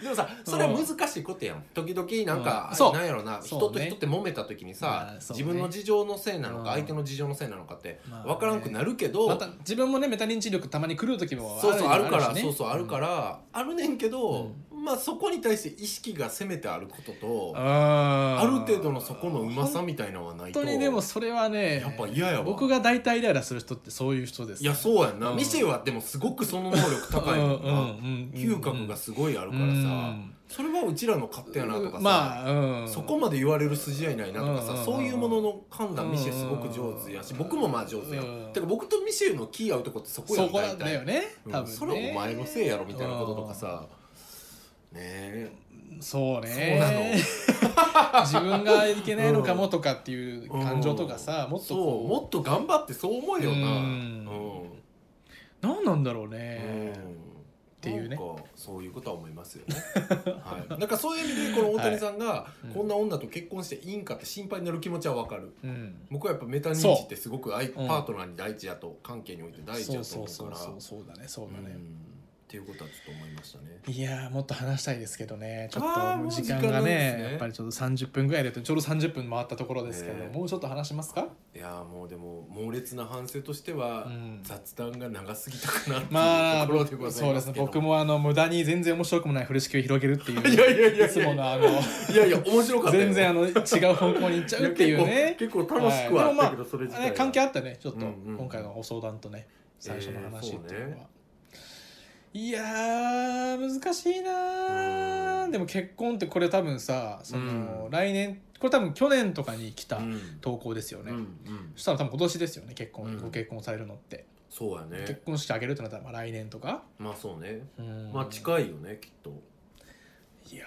でもさそれは難しいことやん時々なんか、
うんそう
なんやろな、
そ
人
う
と
ね
人って揉めた時にさ、
まあそう
自
ね
分の事情のせいなのか、
うん
相手の事情のせいなのかって
まあね
分からんくなるけど、
また自分もねメタ認知力たまに狂う時も
そうそうあるから
しね
そうそうあるから、あるねんけど、まあそこに対して意識がせめてあることとあ
あ
る程度のそこのうまさみたいなのはない
本
と
当にでもそれはね
やっぱ嫌やわ
僕が大体イライラする人ってそういう人です
いやそうやんな
うん
ミシェはでもすごくその能力高いもんな嗅覚がす
す
ごいある
る
からさそれはうちらの勝手やなとかさ、
まあ、うん、
そこまで言われる筋合いないなとかさ、
うん
そういうものの判断ミシェすごく上手やし、僕もまあ上手や、
うん
てか僕とミシェの気合うとこってそこや
そ
ん
こ
大
だ
体
よね
うん
多分ね、
それお前のせいやろみたいなこととかさねえ
そ
そうな
う
の
ね 自分がいけないのかもとかっていう感情とかさ、もっと
そう
こう
もっと頑張ってそう思うよな
うん
うん
何なんだろうね、ていうね
なんかそういうことは思いますよ ね、はい、なんかそういう意味でこの大谷さんが、
い
こんな女と結婚していいんかって心配になる気持ちはわかる
うん、
僕はやっぱメタ認
そう
知ってすごく愛
うん
パートナーに第一やと関係において第一
そ
や
う
と思
そうう
か
そう
ら
そうそうだねそうだ
うんっ
ね、
ていうことはちょっと思いましたね
いやーもっと話したいですけどねちょっと
あーも
もう
う
時
時
間
間
が
なん
ね
ですね
やっぱりちょっと30分ぐらいでちょうど30分回ったところですけど、
ね
もうちょっと話しますか、
いやーもうでも猛烈な反省としては、
うん
雑談が長すぎたかなって
ま
い
あ
うところでござ
そ
いう
で
ますす
ね
けど、
僕もあの無駄に全然面白くもない風呂敷を広げるっていう
いやいやいやいや
いつものあの
いやいや面白かったよ
全然あの違う方向に行っちゃうっていうね
結構結構楽しくはあったけど、それ自体
ね
は
関係あったねちょっと、
うんうん
今回のお相談とね最初の話っていうのは、
えーそ
いやー難しいなー、
うん
でも結婚ってこれ多分さその、
うん
来年これ多分去年とかに来た
うん
投稿ですよね、
うんうん
そしたら多分今年ですよね結婚、
うん
ご結婚されるのって、
そうやね
結婚式あげるってなったらまあ来年とか、
まあそうね
うん
まあ近いよねきっと
いや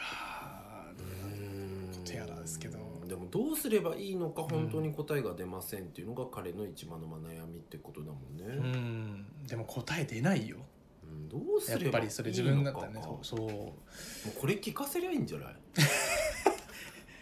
う
ー
ん
手荒ですけど
でもどうすればいいのか本当に答えが出ませんっていうのが彼の一番のまあ悩みってことだもん
うん
ね、
でも答え出ないよ
うん、どうす
やっ
れ
ぱ
ばいい
り
のか
それ自分だったらね
か
そ
も
うそう
うこれ聞かせりゃいいんじゃない、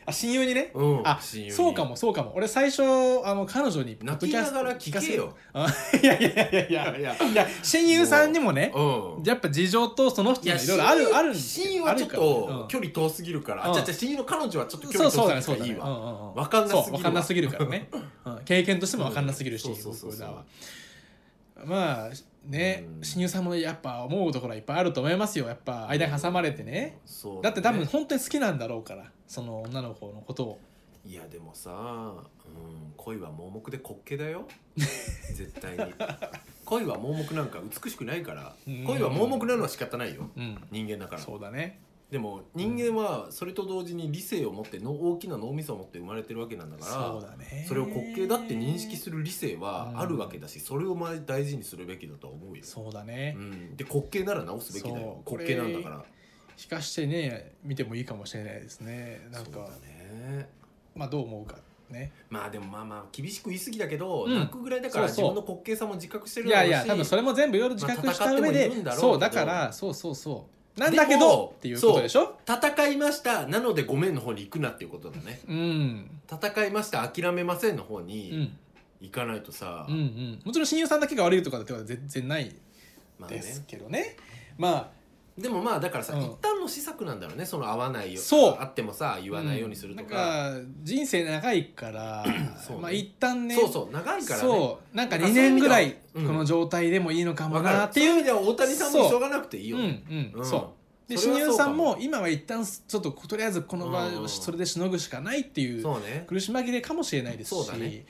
あ親友にね
うん
あ
親友に
そうかもそうかも俺最初あの彼女にポッド
泣
キ
き
ャ
な
スト
がら聞けよ
聞かせるあいやいやいやいや
いや
いや親友さんにもね
うん
やっぱ事情とその人
い
の
や
いろいろあるあるんですよ
親友はちょっ
あ
と
るか
距離遠すぎるから、
うん
あじゃあじゃあ親友の彼女はちょっと距
らうんそう
離
そうだね
遠すぎ
そう
るから
だ
い
ね
いわ
わ
わかんなすぎるわ
わかんなすぎるか らねうん経験としてもわかんなすぎるし
うんそうそうそうそう
僕らはまあね
うん
親友さんもやっぱ思うところはいっぱいあると思いますよやっぱ間に挟まれてね
そう
だって多分本当に好きなんだろうからその女の子のことを
いやでもさ、うん、恋は盲目で滑稽だ よ絶対に恋は盲目なんか美しくないから
うん
恋は盲目なのは仕方ないよ
うん
人間だから
そうだね
でも人間はそれと同時に理性を持っての大きな脳みそを持って生まれてるわけなんだから
そうだね
それを滑稽だって認識する理性はあるわけだし、それをまあ大事にするべきだとは思うよ、
そうだね
うん、で滑稽なら直すべきだよ
そう
滑稽なんだから
引かしてね見てもいいかもしれないですねなん
そう
か、
だね
まあどう思うかね
まあでもまあまあ厳しく言い過ぎだけど、
うん
泣くぐらいだから
そう
自
そう
分の滑稽さも自覚してる
い
だろ
や
うし
いや多分それも全部いろいろ自覚した
まあ戦っ
上で、
てもいるんだろうけど
そうだからそうそうそうなんだけ
で
ど
も
っていうことでしょ
戦いましたなのでごめんの方に行くなっていうことだ ね
うん、
戦いました諦めませんの方
うん、
に
うん
行かないとさ、
うんもちろん親友さんだけが悪いとかってことは全然ない
まあ
で
ね
すけどねま
でもまあだからさ、
うん
一旦の施策なんだろうねその合わないよ
そう
会ってもさ
あ
言わないようにするとか,、
なんか人生長いから
そうね
まあ一旦ね
そうそう長いからね
そうなんか2年ぐらいこ
うん
の状態でもいいのかも
わかる
なっ
って
て
いう
い
意
う
味では大谷さん
そう
もしょうがなくていいよね、
うんうん
ん
そうで
そ
親
れはそ
友
う
さ
か
んも今は一旦ちょっととりあえずこの場
うんう
を
ん
それでしのぐしかないっていう
そうね
苦し紛れかもしれないですし
そうだね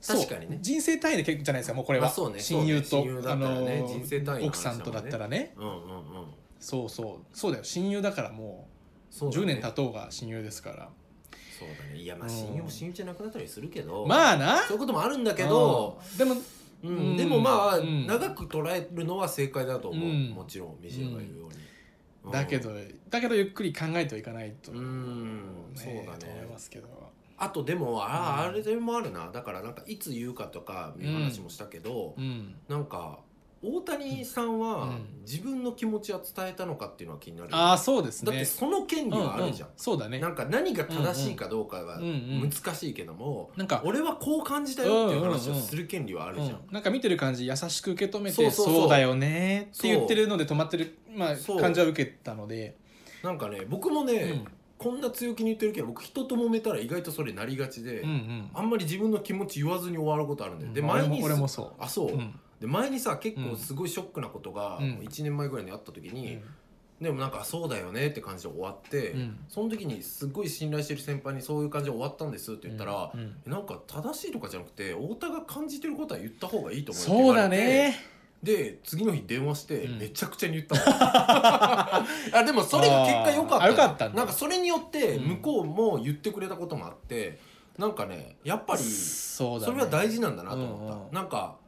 そう
確かにね
人生単位で結構じゃないですかもうこれは、
まあそうね
親友
そ
と
うね親友だ
あ
ったら
の
ね人生単位の話だもんね
奥さんとだったらね
うんうんうん
そうそうそうだよ親友だからもう
そうだ
10
ね
年経とうが親友ですから、
そうだねいやま
う
あ
ん
親友も親友じゃなくなったりするけど
ま
あ
あな
そういうこともあるんだけど、
うんでも
うん
うん
でもまあ、
うん
長く捉えるのは正解だと思う、
うん
もちろんミシェルが言うように、うん
だけどだけどゆっくり考えてはいかないと、
うん、そうだ
と思い
ね
ますけど
あとでもあー
う
あ
ん
れでもあるなだからなんかいつ言うかとかいう話もしたけど、
うん
なんか大谷さん
う
は
ん
自分の気持ちは伝えたのかっていうのは気になる、
ああそうですね
だってその権利はあるじゃん
うう、そうだね
なんか何が正しいかどうかは
うんうん
難しいけども、
なんか
俺はこう感じたよっていう話をする権利はあるじゃん、
うん、なんか見てる感じ優しく受け止めてそ
そううそうそう
だよねって言ってるので止まってる、まあ、
そう
感じは受けたので、
なんかね僕も
うん
ね、こんな強気に言ってるけど僕人と揉めたら意外とそれなりがちで、
うんうん
あんまり自分の気持ち言わずに終わることあるんだよ、で
うん
前
俺
に
も俺もそう
あそう、
うん
で前にさ結構すごいショックなことが
うん
1年前ぐらいにあった時に、でもなんかそうだよねって感じで終わって、
うん
その時にすっごい信頼してる先輩にそういう感じで終わったんですって言ったら、
うんうん
えなんか正しいとかじゃなくて太田が感じてることは言った方がいいと思うよ
そうだ
って言われて
ね
で次の日電話して
うん
めちゃくちゃに言 ったわ、あでもそれが結果良かった
あー良かったんだ
なんかそれによって
うん
向こうも言ってくれたこともあって、なんかねやっぱりそ
そうだね
れは大事なんだなと思った、
うんうん
なんか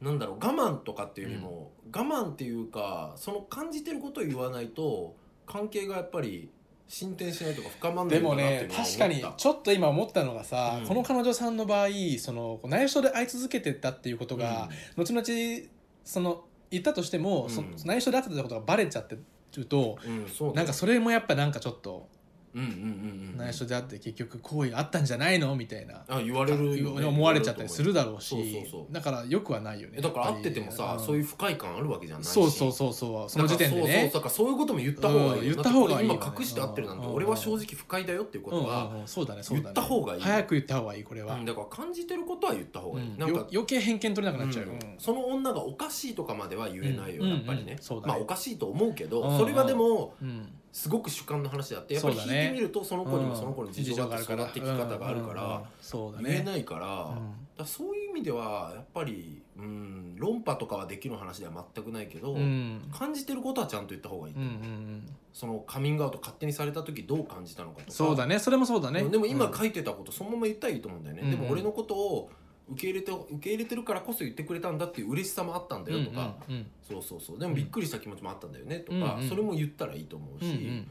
なんだろう我慢とかっていうよりも、我慢っていうかその感じてることを言わないと関係がやっぱり進展しないとか深まんない
で
んだなっ
も
ていう
ね
のは思っ
確
た
かにちょっと今思ったのがさ、
うん
この彼女さんの場合その内緒で会い続けてたっていうことが、後々その言ったとしても、
うん
その内緒で会ってたことがバレちゃってると
うん、うん、そうだ
なんかそれもやっぱなんかちょっと
うんうんうんうん
内緒で会って結局行為あったんじゃないのみたいな、
あ言われるよね、
思われちゃったりするだろう
そう
し
そうそう
だからよくはないよね
えだから会っててもさ、そういう
う
不快感あるわけじゃないし
そうそうそうそうその時点で
だからそうそう
ね
だからそういうことも言った方がいいよ、
うん言った方がいいよね
だってこれ今隠して会ってるなんて
うん
俺は正直不快だよっていうこ
うん
と
う
は
んうんそうだねそう
言
だね
った方がいい、
早く言った方がいいこれは、
うんだから感じてることは言った方がいい、
うん
なん
よ
か
余計偏見取れなくなっちゃうよ、
うんその女がおかしいとかまでは言えないよ、
うん
やっぱりね,、
うんそうだね
まあおかしいと思うけど、
うんうん
それはでも
うん
すごく主観の話であってやっぱり
そうだ
聞
ね
いてみるとその子にもその子の事情があって育ってき方があるか
うんうんうん
ら
そうだね
言えないから,、
う
だ
ん
からそういう意味ではやっぱりうん論破とかはできる話では全くないけど、
うん
感じてることはちゃんと言った方がいい、
うんうんうん
そのカミングアウト勝手にされた時どう感じたのかとか
そうだねそれもそうだね
うんでも今
う
書いてたことそのまま言ったらいいと思うんだよね、
うん
でも俺のことを受け入れて受け入れてるからこそ言ってくれたんだっていう嬉しさもあったんだよとか、
うんうん
そうそうそうでもびっくりした気持ちもあったんだよねと
う
か、
んうん
それも言ったらいいと思う
う
し
ん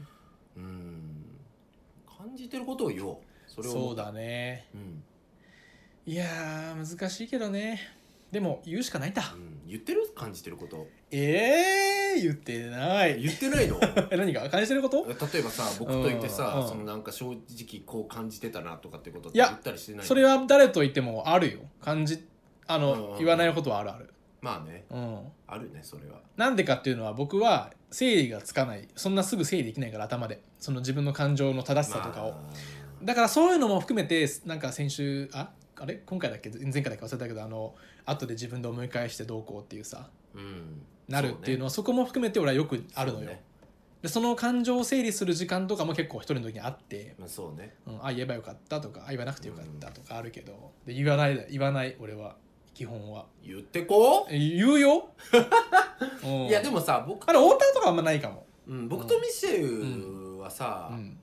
うん
うん感じてることを言おうそれを
そうだね
うん
いやー難しいけどねでも言うしかないんだ
うん言ってる感じてること
ええー、言ってない
言ってないの
え何か感じてること
例えばさ僕といてさ、
うんうん
そのなんか正直こう感じてたなとかってことって
い
言
や
ったりしてないの
それは誰と言ってもあるよ感じあ
うんうん
の、
うん
言わないことはあるある
まあね
うん
あるねそれは
なんでかっていうのは僕は整理がつかないそんなすぐ整理できないから頭でその自分の感情の正しさとかを、
まあ
だからそういうのも含めてなんか先週ああれ今回だっけ前回だっけ忘れたけどあの後で自分で思い返してどうこうっていうさ
うん
なるっていうのはそこも含めて俺はよくあるの
そう
よ
ね
でその感情を整理する時間とかも結構一人の時にあって、
まあそうね
うん、あ言えばよかったとかあ言わなくてよかったとかあるけどで言わないだ言わない俺は基本は
言ってこ
え言う よ、うん
ういやでもさ僕
あれ太田とかあんまないかも、
うん僕とミシェルはさ、
うん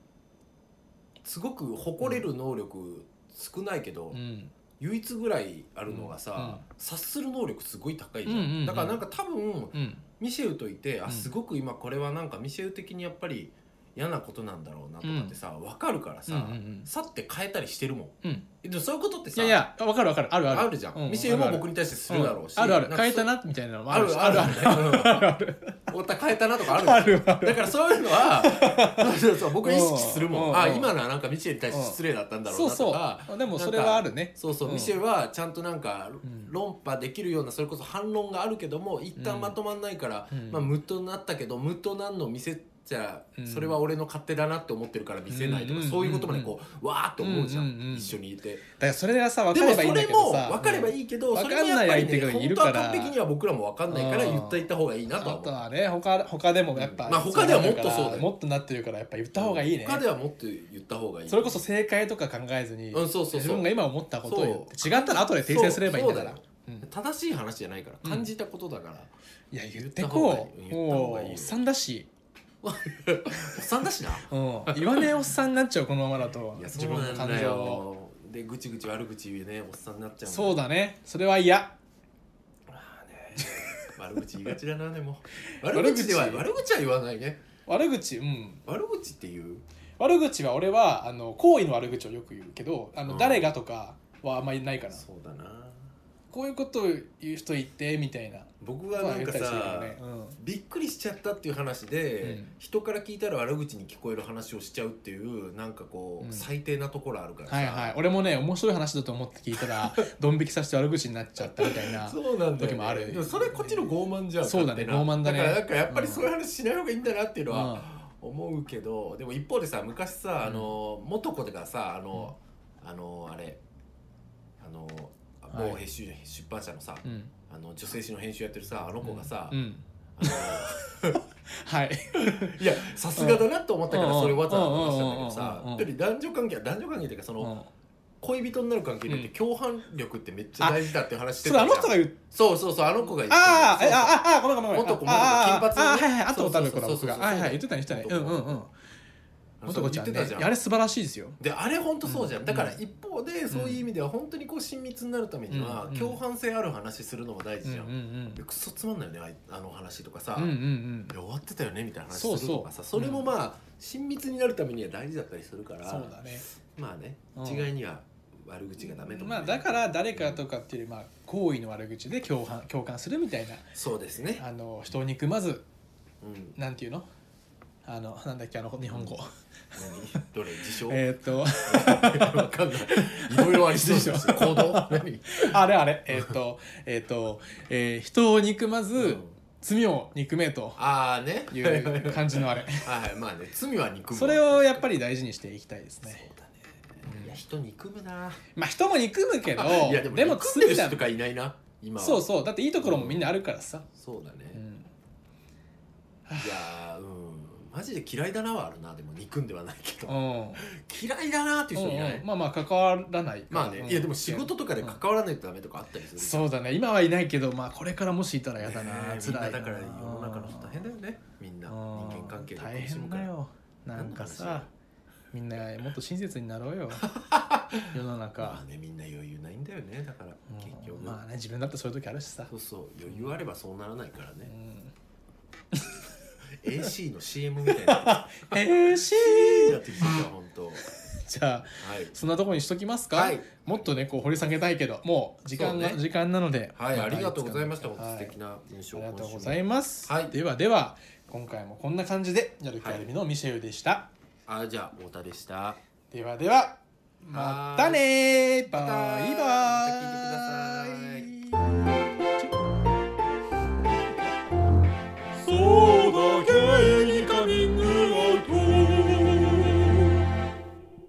すごく誇れる能力少ないけど、
うん、
唯一ぐらいあるのがさ、察する能力すごい高いじゃん,、
うんうんうん
だからなんか多分
うん、
ミシェルといて、
う
あ
ん
すごく今これはなんかミシェル的にやっぱり嫌なことなんだろうなとかってさ分かるからさ、
うんうん
さって変えたりしてるもん
うんうん
えでもそういうことって
い
さ
やいやわかるわかるあるある
あるじゃん、
う
ミシェル
あ
も
るある
僕に対してするだろうし、
んあるある
なんか
変えたなみたいなのも
ある
し
ある
ある
ある
ある
お互い変えたなとかある
あるある
だからそういうのはそうそうそう 僕意識する
うん
も
うんん
あ今のはなんかミシェルに対して失礼だったんだろ
そう
うなと
そ
か
うでもそれはあるね
そうそう
うん
ミシェルはちゃんとなんか
うん
論破できるようなそれこそ反論があるけども一旦まとまんないから
うん
まあ無となったけど無となんのを見せちゃ
うん
それは俺の勝手だなって思ってるから見せないと
う
か
ん
そういうことまでこうわーっと思うじゃ
うんうんうん
ん一緒にいて
だからそれがさ分
で
か
も
れ
そ
ばいいんだ
れ
けど
も
さ
分かればいいけど
うん
それもやっぱりね
分かんない相手がい
本
る
当
か
は
ら
完璧には僕らも分かんないから
うん
言っといた方がいいなとは
あ
思う
とはね他他でもやっぱ、
うんまあ他ではもっとそうだよ
なるからもっとなってるからやっぱ言った方がいいね
他ではもっと言った方がいい
それこそ正解とか考えずに、
うんそうそうそう
自分が今思ったことを言って違ったら後で訂正すればいいんだから
そうそう
うん
正しい話じゃないから
うん
感じたことだから、
いや言ってこう
言った方がいいよ言った方がいい
もう
よ
おっさんだし、
おっさんだしな
うん、言わねえおっさんになっちゃうこのままだと
いや
自
そう
分
な
の
ん
感
だ
情を
よでぐちぐち悪口言うねおっさんになっちゃう
そう
だ
だねそれは嫌
悪口言いがちだなで も悪口では
悪口
悪口は言わないね
悪口うん
悪口っていう
悪口は俺はあの行為の悪口をよく言うけどあの、
うん
誰がとかはあんまりないから
そうだな
こういうこと言う人言ってみたいな
僕
こ
は
とは
なん
言っ
か
たりする
さ、
よね、うん、
びっくりしちゃったっていう話で、
うん
人から聞いたら悪口に聞こえる話をしちゃうっていうなんかこう、
うん
最低なところあるからさ、
はいはい俺もね面白い話だと思って聞い たらドン引きさせて悪口になっちゃったみたいな
そうなんだよ、ね、
時もある
でもそれこっちの傲慢じゃん
そうだね
勝手な
傲慢だね
だからなんかやっぱりそういう話しない方がいいんだなっていうのは、
う
思うけどでも一方でさ昔さあの元子とかさあの、あのあれあの
はい
某編集、出版社のさ
んうん
あの女性誌の編集やってるさあの子がさ、
うん
あの
はい
いやさすがだなと思ったから
うん
それわざわざしたんだけどさ
うんうんうんうん
だって男女関係は男女関係っていうかその恋人になる関係によって
うん
共犯力ってめっちゃ大事だっていう話して
それ
た
あ
じ
の
ゃん
人が言っ
そうそうそうあの子が言って
ああ
そう
え
そう
あああごめんごめんごめん
元子
ああ
元子金
あ
髪の
あはいはい会ったことあるから
そうそうそ
僕
う
が
そう
はいはい言ってた言ってたね
元
う
子
んうんう
そ
ん
う
元子ちゃん
言って
ね
た
い
じゃん
やあれ素晴らしいですよ
であれ本当そうじゃん、
うん
だから一方でそういう意味では本当にこう親密になるためには
うん
共犯性ある話するのも大
う
事
んう
じ
ん
ゃん、でクソつまんないよねあいあの話とかさ、
うんうんう
い
ん
や終わってたよねみたいな
そ
話
う
す
そ
る
う
とかさそれもまあ親密になるためには大事だったりするから
そうだね
まあね
うん
一概には悪口がダメとかね、
まあだから誰かとかっていうよりまあ好意の悪口で共犯共感するみたいな
そうですね、
あの人を憎まず
うん、
なんていうのあのなんだっけあの日本語
何 どれ自称
えーっと
わかんないいろいろありそうですよ
自
行動 何、
あれあれえーっとえーっとえー人を憎ま
う
ず
ん
罪を憎めと
ああね
いう感じの あれ
はいはいまあね罪は憎む
それをやっ
ぱ
ぱり大事にしていきたいです
そう
ね
だねいや人憎むな
まあ人も憎むけど
いやでも憎んでる
罪だ
人とかいないな今は
そうそうだっていいところもみんなあるからさ、
そうだね、
うん
いやーうんマジで嫌いだなはあるなでも憎んではないけど、
うん
嫌いだなっていう人いない、
うんうんまあまあ関わらないから
まあね、
うん
いやでも仕事とかで関わらないとダメとかあったりする
そうだね今はいないけどまあこれからもしいたら
う
やだな、
みん
辛
ない
な
だから世の中の人大変だよねみんな人間関係
うん
が
大
苦しむ
変
か
だ
ら
よなんかさみんなもっと親切になろ うよ世の
ま
中
あ、ねみんな余裕ないんだよねだから
うん
結局、
まあね自分だってそういう時あるしさ
そうそう余裕あればそうならないから
う
ね、
ん
AC の CM みたいになって
えー
き
し
て
ー
やってきてた本当は
じゃあ
い
そんなところにしときますか、
はい
もっとねこう掘り下げたいけどもう時間が
そうね
時間なので
はい、
た
ありがとうございました。
つ
本
か
当
は
素敵な印象
ありがとうご
今週
ざ
も
います、
はい
ではでは今回もこんな感じでやる気ありみのミシェルでした、
あ、じゃあ、太田でした。
ではではまたねーバイバー
また聞い
イ
てください